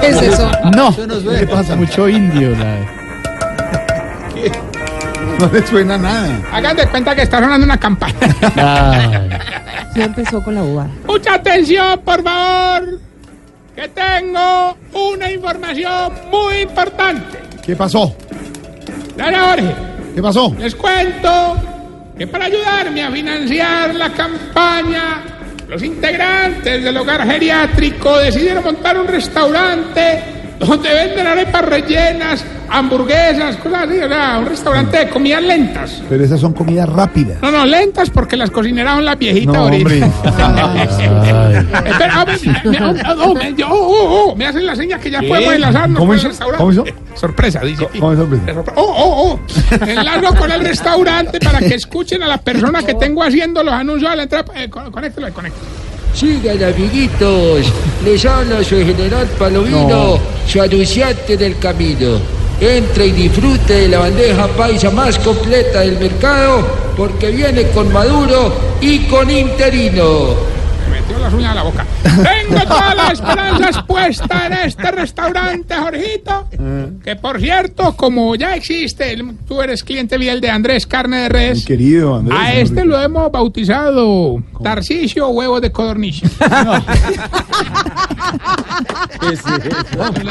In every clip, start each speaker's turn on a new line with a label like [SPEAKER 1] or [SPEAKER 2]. [SPEAKER 1] ¿Qué es eso?
[SPEAKER 2] No,
[SPEAKER 3] Eso no suena.
[SPEAKER 2] le pasa mucho indio. la-
[SPEAKER 3] No le suena nada.
[SPEAKER 4] Hagan de cuenta que está sonando una campana.
[SPEAKER 1] Ya empezó con la bobada.
[SPEAKER 4] Mucha atención, por favor. Que tengo una información muy importante.
[SPEAKER 3] ¿Qué pasó?
[SPEAKER 4] Dale, Jorge.
[SPEAKER 3] ¿Qué pasó?
[SPEAKER 4] Les cuento que para ayudarme a financiar la campaña, los integrantes del hogar geriátrico decidieron montar un restaurante donde venden arepas rellenas, hamburguesas, cosas así, o sea, un restaurante de comidas lentas.
[SPEAKER 3] Pero esas son comidas rápidas.
[SPEAKER 4] No, no, lentas porque las cocinaron las viejitas
[SPEAKER 3] No, hombre.
[SPEAKER 4] ahorita. Espera, ah, me, me- ah, no, me- yo- oh, oh, me hacen la seña que ya podemos enlazarnos
[SPEAKER 3] ¿Cómo
[SPEAKER 4] con
[SPEAKER 3] hizo?
[SPEAKER 4] pues, el restaurante. Eh,
[SPEAKER 3] ¿Cómo hizo?
[SPEAKER 4] Sorpresa, dice.
[SPEAKER 3] ¿Cómo es, hombre?
[SPEAKER 4] Oh, oh, oh. Enlazo con el restaurante para que escuchen a la persona que tengo haciendo los anuncios a la entrada. Eh, con- conéctelo, ahí, conéctelo.
[SPEAKER 5] Sigan amiguitos, les habla su general Palomino, su anunciante del camino. Entre y disfrute de la bandeja paisa más completa del mercado porque viene con Maduro y con Interino.
[SPEAKER 4] Me metió las uñas a la boca. Tengo todas las esperanzas puestas en este restaurante, Jorgito.
[SPEAKER 3] Mm.
[SPEAKER 4] Que por cierto, como ya existe, el- tú eres cliente fiel de Andrés Carne
[SPEAKER 3] Mi
[SPEAKER 4] de Res.
[SPEAKER 3] querido Andrés.
[SPEAKER 4] A
[SPEAKER 3] muy
[SPEAKER 4] este
[SPEAKER 3] rico.
[SPEAKER 4] lo hemos bautizado Tarcisio Huevo de Codorniz.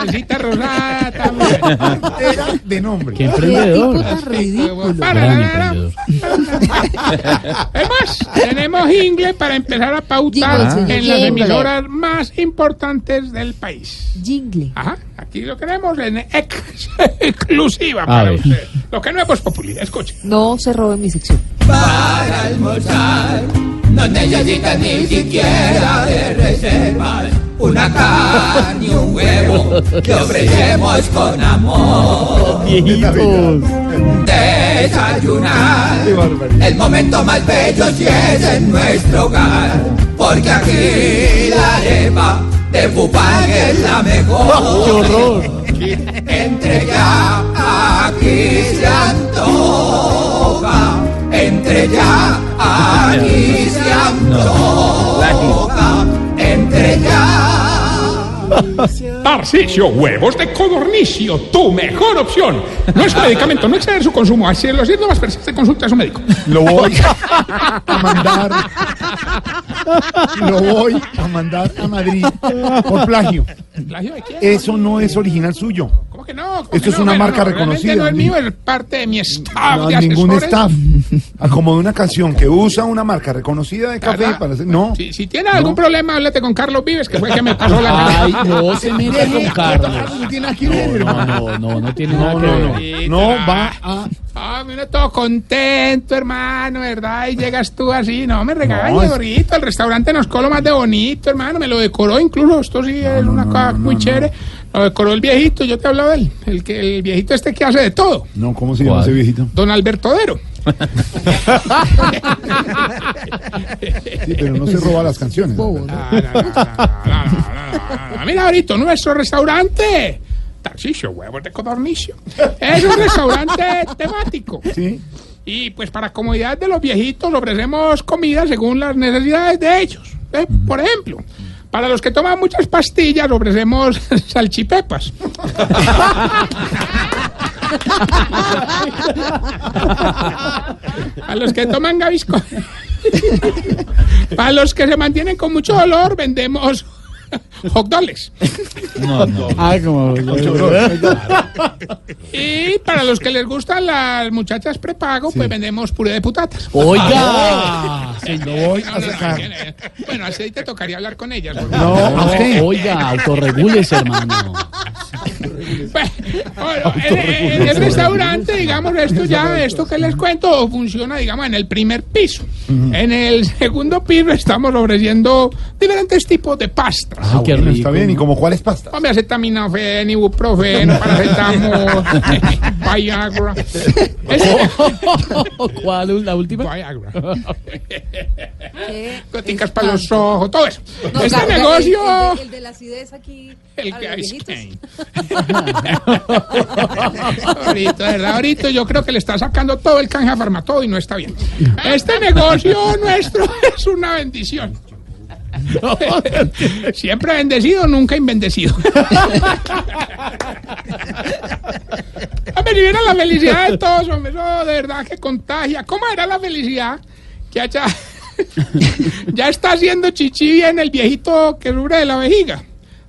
[SPEAKER 4] Necesita rosada también.
[SPEAKER 3] Era de nombre.
[SPEAKER 2] Qué
[SPEAKER 1] Qué tipo
[SPEAKER 2] emprendedor.
[SPEAKER 1] tan ridículo.
[SPEAKER 2] Gran emprendedor.
[SPEAKER 4] Es más, tenemos inglés para empezar a pautar
[SPEAKER 1] Digo, señor,
[SPEAKER 4] en las
[SPEAKER 1] jingle.
[SPEAKER 4] emisoras más importantes del país.
[SPEAKER 1] Jingle.
[SPEAKER 4] Ajá, aquí lo queremos en ex- exclusiva
[SPEAKER 2] A
[SPEAKER 4] para
[SPEAKER 2] ver.
[SPEAKER 4] usted. Lo que no es popularidad, escuche.
[SPEAKER 1] No se robe mi sección.
[SPEAKER 2] Viejitos.
[SPEAKER 3] Qué barbaridad.
[SPEAKER 6] El momento más bello si es en nuestro hogar, porque aquí la arepa de Bupán es la mejor.
[SPEAKER 2] ¡Ah, Qué horror.
[SPEAKER 6] Entre ya aquí se antoja, entre ya aquí se antoja, entre ya.
[SPEAKER 4] Tarcisio Huevos de Codornicio, tu mejor opción. No es un medicamento, no exceder su consumo. Así los síntomas persisten, consulta a su médico.
[SPEAKER 3] Lo voy a mandar. Lo voy a mandar a Madrid por plagio.
[SPEAKER 4] ¿Plagio de quién?
[SPEAKER 3] Eso no es original suyo.
[SPEAKER 4] ¿Cómo que no? ¿Cómo
[SPEAKER 3] Esto
[SPEAKER 4] que
[SPEAKER 3] Eh, es
[SPEAKER 4] no?
[SPEAKER 3] una
[SPEAKER 4] Bueno,
[SPEAKER 3] marca
[SPEAKER 4] no, realmente
[SPEAKER 3] reconocida.
[SPEAKER 4] No es mío, es parte de mi staff.
[SPEAKER 3] No,
[SPEAKER 4] de
[SPEAKER 3] ningún
[SPEAKER 4] asesores.
[SPEAKER 3] staff acomodó una canción que usa una marca reconocida de café
[SPEAKER 4] ¿Verdad?
[SPEAKER 3] para hacer. No. Ah,
[SPEAKER 4] Si, si tiene algún problema, háblate con Carlos Vives, que fue el que me pasó la
[SPEAKER 2] Ay,
[SPEAKER 4] cara.
[SPEAKER 2] no se meta con Carlos.
[SPEAKER 3] No tiene nada que ver,
[SPEAKER 2] No,
[SPEAKER 3] hermano.
[SPEAKER 2] no, no, no tiene nada
[SPEAKER 3] No,
[SPEAKER 2] que
[SPEAKER 3] no,
[SPEAKER 2] ver.
[SPEAKER 3] no. No va a.
[SPEAKER 4] Ah, mira, todo contento, hermano, ¿verdad? Y llegas tú así, no me regañes,
[SPEAKER 3] es-
[SPEAKER 4] gorrito. El restaurante nos coló más de bonito, hermano. Me lo decoró incluso. Esto sí es una cosa muy chévere. Lo decoró el viejito, yo te hablaba de él. El, que, el viejito este que hace de todo.
[SPEAKER 3] No, ¿cómo se llama
[SPEAKER 2] ¿Cuál?
[SPEAKER 3] ese viejito?
[SPEAKER 4] Don Albertodero.
[SPEAKER 3] Sí, pero no se roba las canciones. ¿verdad?
[SPEAKER 4] Ah, no, no, no, no, no, no, no, no. Mira, ahorita nuestro restaurante. Tarcisio, huevos de codornicio. Es un restaurante temático.
[SPEAKER 3] Sí.
[SPEAKER 4] Y pues para comodidad de los viejitos ofrecemos comida según las necesidades de ellos. ¿eh? Por ejemplo, para los que toman muchas pastillas ofrecemos salchipepas. A los que toman gavisco. Para los que se mantienen con mucho dolor vendemos hot dogs.
[SPEAKER 2] Ah, como.
[SPEAKER 4] Y para los que les gustan las muchachas prepago, pues vendemos puré de putatas.
[SPEAKER 2] Oiga.
[SPEAKER 3] voy
[SPEAKER 4] No,
[SPEAKER 3] a
[SPEAKER 4] no, no,
[SPEAKER 3] sacar.
[SPEAKER 4] bien, eh. Bueno, así te tocaría hablar con ellas.
[SPEAKER 3] No, a Ah, usted.
[SPEAKER 2] Oiga, autorregúlese, hermano.
[SPEAKER 4] Pues, bueno, en, en el restaurante, digamos, esto ya, esto que les cuento, funciona, digamos, en el primer piso. En el segundo piso estamos ofreciendo diferentes tipos de pastas.
[SPEAKER 2] Ay, qué
[SPEAKER 3] Ah, Bueno,
[SPEAKER 2] rico.
[SPEAKER 3] está bien, ¿y como cuáles pastas?
[SPEAKER 4] Hombre, acetaminofén, ibuprofeno, paracetamol, Viagra.
[SPEAKER 2] ¿Cuál es la última?
[SPEAKER 4] Viagra. Ah, Goticas para los ojos, todo eso.
[SPEAKER 1] Ah, No,
[SPEAKER 4] este
[SPEAKER 1] Gabriel,
[SPEAKER 4] negocio...
[SPEAKER 1] El, de- el de la acidez aquí.
[SPEAKER 4] El
[SPEAKER 1] a
[SPEAKER 4] que
[SPEAKER 1] los
[SPEAKER 4] Ice
[SPEAKER 1] viejitos.
[SPEAKER 4] Cream. ahorita, de verdad, ahorita yo creo que le está sacando todo el canje a Farmatodo y no está bien. Este negocio nuestro es una bendición. Siempre bendecido, nunca imbendecido. A ver, y mira la felicidad de todos, hombre, eso de verdad que contagia. ¿Cómo era la felicidad que allá ya está haciendo chichi bien el viejito que dura de la vejiga?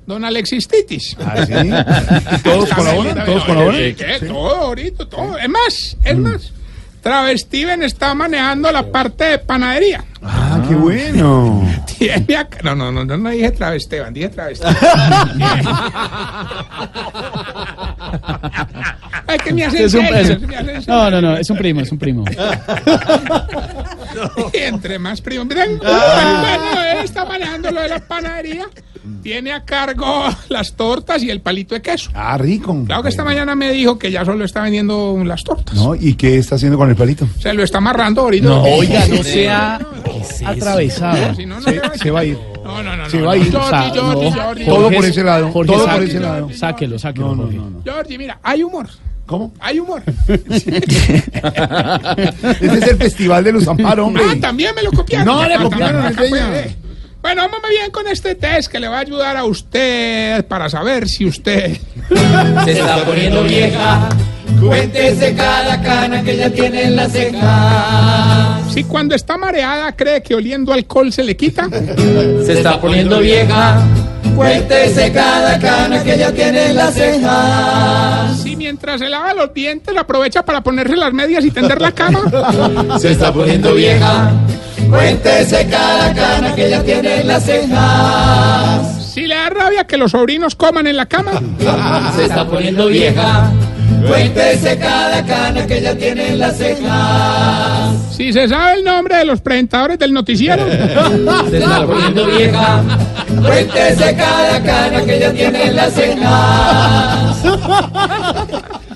[SPEAKER 4] Don Alexis Titis.
[SPEAKER 3] ¿Ah, sí? ¿Todos colaboran? ¿Todos colaboran?
[SPEAKER 4] Eh, Todo, ahorita, todo. Es más, es
[SPEAKER 2] Mm.
[SPEAKER 4] más. Travestiven está manejando la parte de panadería.
[SPEAKER 3] Ah, qué bueno.
[SPEAKER 4] Tiene acá- No, no, no, no, no dije travesteban, dije travesteban. Ay, que me hacen
[SPEAKER 2] Es un-
[SPEAKER 4] señas,
[SPEAKER 2] es-
[SPEAKER 4] me hacen señas.
[SPEAKER 2] No, no, no, es un primo, es un primo.
[SPEAKER 4] Y entre más primos. Miren,
[SPEAKER 2] Ah.
[SPEAKER 4] bueno, él está manejando lo de la panadería. Tiene a cargo las tortas y el palito de queso.
[SPEAKER 3] Ah, rico.
[SPEAKER 4] Claro que
[SPEAKER 2] Oh.
[SPEAKER 4] esta mañana me dijo que ya solo está vendiendo las tortas.
[SPEAKER 3] No, ¿y qué está haciendo con el palito?
[SPEAKER 4] Se lo está amarrando ahorita.
[SPEAKER 2] No, oiga, no sea atravesado.
[SPEAKER 4] Si no, no
[SPEAKER 3] Se,
[SPEAKER 4] le va a-
[SPEAKER 3] se va a ir.
[SPEAKER 4] No, no, no.
[SPEAKER 3] Se
[SPEAKER 4] no,
[SPEAKER 3] va a
[SPEAKER 4] no.
[SPEAKER 3] ir.
[SPEAKER 4] Jordi,
[SPEAKER 2] O sea,
[SPEAKER 4] Jordi,
[SPEAKER 2] no.
[SPEAKER 4] Jordi,
[SPEAKER 3] Todo
[SPEAKER 2] Jorge,
[SPEAKER 3] por ese lado.
[SPEAKER 2] Jorge,
[SPEAKER 3] todo por
[SPEAKER 2] saque-
[SPEAKER 3] ese lado.
[SPEAKER 2] Sáquelo, sáquelo.
[SPEAKER 3] No, no,
[SPEAKER 2] Jorge.
[SPEAKER 3] no, no.
[SPEAKER 4] Jordi, mira, hay humor.
[SPEAKER 3] ¿Cómo?
[SPEAKER 4] Hay humor.
[SPEAKER 3] Ese es el festival de los amparos, hombre.
[SPEAKER 4] Ah, también me lo copiaron.
[SPEAKER 3] No, le
[SPEAKER 4] Ah,
[SPEAKER 3] copiaron
[SPEAKER 4] también,
[SPEAKER 3] el de
[SPEAKER 4] acá,
[SPEAKER 3] ella.
[SPEAKER 4] pues. Bueno, vamos bien con este test que le va a ayudar a usted para saber si usted.
[SPEAKER 6] Se está poniendo vieja. Cuéntese cada cana que ya tiene en la ceja.
[SPEAKER 4] Si cuando está mareada cree que oliendo alcohol se le quita.
[SPEAKER 6] Se está poniendo vieja. Cuéntese cada cana que ya tiene en la ceja.
[SPEAKER 4] Si mientras se lava los dientes la aprovecha para ponerse las medias y tender la cama.
[SPEAKER 6] Se está poniendo vieja. Cuéntese cada cana que ya tiene en la ceja.
[SPEAKER 4] Si le da rabia que los sobrinos coman en la cama.
[SPEAKER 6] Se está poniendo vieja. Cuéntese cada cana que ya tiene en la ceja.
[SPEAKER 4] Si se sabe el nombre de los presentadores del noticiero.
[SPEAKER 6] Se está poniendo vieja. Cuéntese cada cana que ya tiene en la ceja.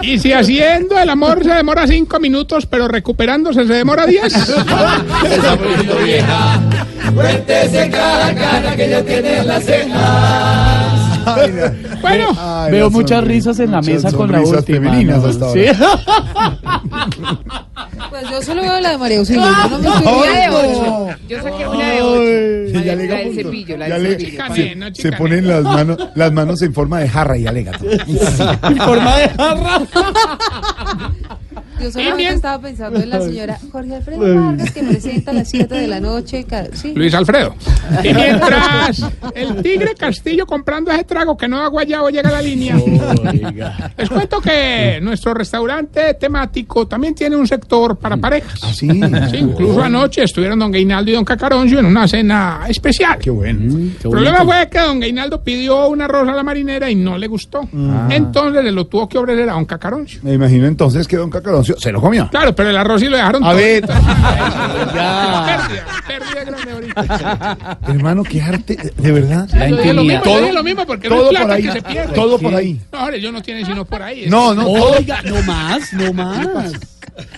[SPEAKER 4] Y si haciendo el amor se demora cinco minutos, pero recuperándose se demora diez.
[SPEAKER 6] Se está poniendo vieja. Cuéntese cada cana que ya tiene en la ceja.
[SPEAKER 3] Ay, la-
[SPEAKER 4] Bueno,
[SPEAKER 3] ay,
[SPEAKER 2] Veo
[SPEAKER 3] las
[SPEAKER 2] muchas
[SPEAKER 3] sonrisas,
[SPEAKER 2] risas en la
[SPEAKER 3] muchas
[SPEAKER 2] mesa con la
[SPEAKER 3] sonrisas
[SPEAKER 2] última.
[SPEAKER 3] femeninas
[SPEAKER 2] ¿no?
[SPEAKER 3] hasta
[SPEAKER 2] Sí.
[SPEAKER 3] ahora.
[SPEAKER 1] Pues yo solo veo la de María Auxilio. Yo no me
[SPEAKER 4] Ah,
[SPEAKER 1] subía de ocho. Yo saqué una de ocho.
[SPEAKER 3] Sí,
[SPEAKER 1] la
[SPEAKER 3] ya le digo
[SPEAKER 1] del
[SPEAKER 3] punto.
[SPEAKER 1] cepillo, la
[SPEAKER 3] Ya
[SPEAKER 1] del
[SPEAKER 3] le-
[SPEAKER 1] cepillo.
[SPEAKER 4] Chica,
[SPEAKER 3] se-
[SPEAKER 4] no, chica,
[SPEAKER 3] Se ponen las manos, las manos en forma de jarra y alega.
[SPEAKER 2] En forma de jarra.
[SPEAKER 1] Yo
[SPEAKER 4] Y
[SPEAKER 1] solamente
[SPEAKER 4] bien.
[SPEAKER 1] estaba pensando en la señora Jorge Alfredo Vargas que presenta a las 7 de la noche. ca- Sí.
[SPEAKER 4] Luis Alfredo. Y mientras el tigre Castillo comprando ese trago que no da guayabo llega a la línea. Les cuento que nuestro restaurante temático también tiene un sector para parejas.
[SPEAKER 3] Ah, Sí,
[SPEAKER 4] Sí, incluso anoche estuvieron don Gainaldo y don Cacaroncio en una cena especial.
[SPEAKER 3] Mm, qué bueno.
[SPEAKER 2] Qué
[SPEAKER 4] El problema
[SPEAKER 2] bonito.
[SPEAKER 4] fue que don Gainaldo pidió una rosa a la marinera y no le gustó.
[SPEAKER 3] Ah.
[SPEAKER 4] Entonces le lo tuvo que ofrecer a don Cacaroncio.
[SPEAKER 3] Me imagino entonces que Don Cacaroncio se lo comió.
[SPEAKER 4] Claro, pero el arroz sí lo dejaron
[SPEAKER 3] A
[SPEAKER 4] todo.
[SPEAKER 3] ver,
[SPEAKER 4] Pérdida, pérdida grande ahorita.
[SPEAKER 3] hermano, qué arte, de verdad.
[SPEAKER 2] La
[SPEAKER 4] Yo dije lo mismo,
[SPEAKER 2] intimidad.
[SPEAKER 4] yo dije lo mismo porque no
[SPEAKER 3] Todo
[SPEAKER 4] es
[SPEAKER 3] por
[SPEAKER 4] plata
[SPEAKER 3] ahí.
[SPEAKER 4] que se pierde.
[SPEAKER 3] Todo por ahí.
[SPEAKER 4] No, hombre, yo no tiene sino por ahí.
[SPEAKER 3] No, no, todo.
[SPEAKER 2] Oiga, no más, no más.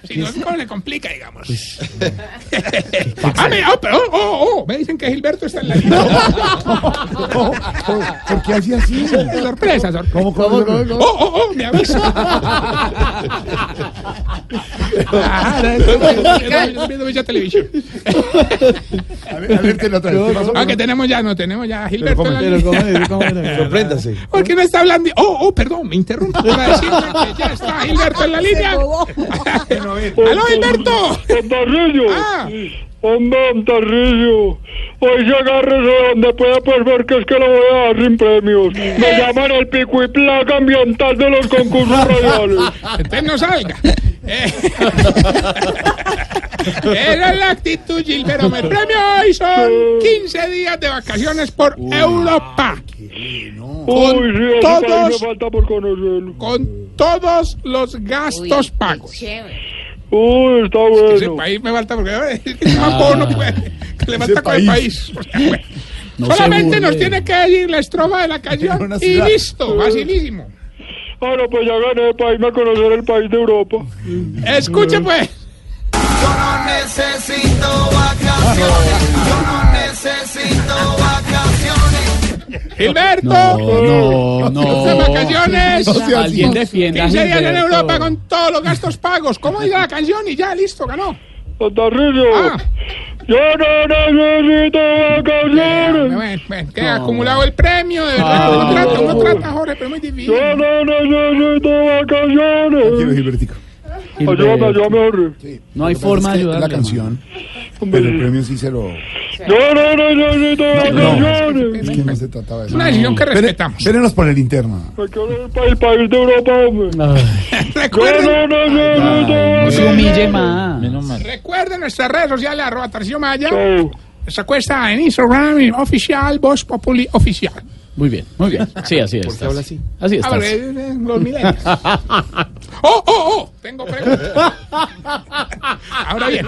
[SPEAKER 4] Si no, ¿cómo le complica,
[SPEAKER 3] Pues,
[SPEAKER 4] digamos? ah, mira, oh, pero, oh, oh, oh, me dicen que Gilberto está en la línea.
[SPEAKER 3] todo, todo. ¿Por qué hacía así?
[SPEAKER 4] sorpresa, sorpresa.
[SPEAKER 3] ¿Cómo, cómo, cómo?
[SPEAKER 4] Oh, oh, oh, me avisa. Ah, no, estoy viendo- estoy viendo mucha televisión.
[SPEAKER 3] A ver, a ver, te lo traigo.
[SPEAKER 4] Ah, que tenemos ya, no tenemos ya a Gilberto en la
[SPEAKER 3] Pero,
[SPEAKER 4] línea.
[SPEAKER 7] Sorpréndase.
[SPEAKER 4] ¿Por qué no está hablando? Oh, oh, perdón, me interrumpo para decirle que ya está Gilberto en la línea. ¡Aló, Gilberto!
[SPEAKER 8] Montarrillo,
[SPEAKER 4] Ah.
[SPEAKER 8] hombre Montarrillo, hoy se agárrese donde pueda pues ver que es que le voy a dar sin premios.
[SPEAKER 4] Pues-
[SPEAKER 8] Me llaman el pico y placa ambiental de los concursos radiales.
[SPEAKER 4] Entonces no salga. Eh, Esa es la actitud, Gil, pero me premio hoy son 15 días de vacaciones por Europa.
[SPEAKER 8] Uy, sí, así país me
[SPEAKER 4] Todos,
[SPEAKER 8] falta por conocerlo.
[SPEAKER 4] con todos los gastos pagos.
[SPEAKER 1] Chévere.
[SPEAKER 8] Uy, está
[SPEAKER 4] Ese
[SPEAKER 8] bueno.
[SPEAKER 4] país me falta porque eh, es que tampoco uno puede, que le falta con el país. porque, bueno, Solamente nos tiene que decir la estrofa de la canción
[SPEAKER 3] una
[SPEAKER 4] y
[SPEAKER 3] ciudad.
[SPEAKER 4] listo, facilísimo.
[SPEAKER 8] Ahora pues ya gané para irme a conocer el país de Europa.
[SPEAKER 4] Escuche pues.
[SPEAKER 6] Yo no necesito vacaciones. Yo no necesito vacaciones.
[SPEAKER 4] Gilberto,
[SPEAKER 2] No, no,
[SPEAKER 4] estas vacaciones.
[SPEAKER 2] Alguien defienda. a
[SPEAKER 4] 15 días en
[SPEAKER 2] Gilberto.
[SPEAKER 4] Europa con todos los gastos pagos. ¿Cómo dice la canción? Y ya, listo, ganó.
[SPEAKER 8] Antarrillo,
[SPEAKER 4] Ah,
[SPEAKER 8] yo no necesito vacaciones.
[SPEAKER 4] bueno, bueno, queda acumulado el premio. De verdad, uno trata, uno trata, Jorge, pero es muy difícil.
[SPEAKER 8] Yo no necesito
[SPEAKER 3] Quiero
[SPEAKER 8] vacaciones.
[SPEAKER 3] Gilbertico.
[SPEAKER 8] Ayúdame, ayúdame, Jorge.
[SPEAKER 2] No hay
[SPEAKER 3] Lo que
[SPEAKER 2] forma
[SPEAKER 3] pasa
[SPEAKER 2] de
[SPEAKER 3] es que
[SPEAKER 2] ayudarle.
[SPEAKER 3] La canción, pero el premio sí se lo...
[SPEAKER 8] Yo no necesito vacaciones.
[SPEAKER 3] Es que no se trataba de
[SPEAKER 4] Es
[SPEAKER 3] eso.
[SPEAKER 4] una decisión que
[SPEAKER 3] Espere-
[SPEAKER 4] respetamos.
[SPEAKER 3] espérenos por el interno.
[SPEAKER 8] Me quiero ir para el país de Europa, hombre.
[SPEAKER 2] Ay,
[SPEAKER 8] Yo no
[SPEAKER 4] Recuerden,
[SPEAKER 8] necesito
[SPEAKER 2] no se
[SPEAKER 8] vacaciones.
[SPEAKER 2] humille más. Menos mal.
[SPEAKER 4] recuerden nuestras redes sociales, arroba Tarcisio Maya.
[SPEAKER 8] Chao.
[SPEAKER 4] Nuestra cuesta en Instagram, en oficial, Voz Populi Oficial.
[SPEAKER 2] Muy bien, muy bien. Sí, así es. habla así? Así
[SPEAKER 4] A ver,
[SPEAKER 2] es.
[SPEAKER 4] eh, eh, los milenios. ¡Oh, oh, oh! Tengo preguntas. Ahora bien.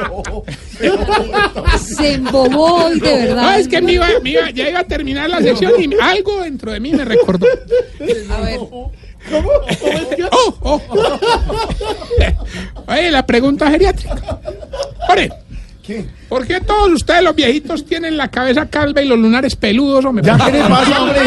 [SPEAKER 1] Se embobó y de verdad.
[SPEAKER 4] No, es que me iba, me iba- ya iba a terminar la sesión y algo dentro de mí me recordó.
[SPEAKER 1] A ver,
[SPEAKER 4] ¡Oh, oh, oh! Oye, la pregunta geriátrica. Oye,
[SPEAKER 3] ¿Qué?
[SPEAKER 4] ¿por qué todos ustedes los viejitos tienen la cabeza calva y los lunares peludos? o me
[SPEAKER 3] ¿Qué le pasa, hombre?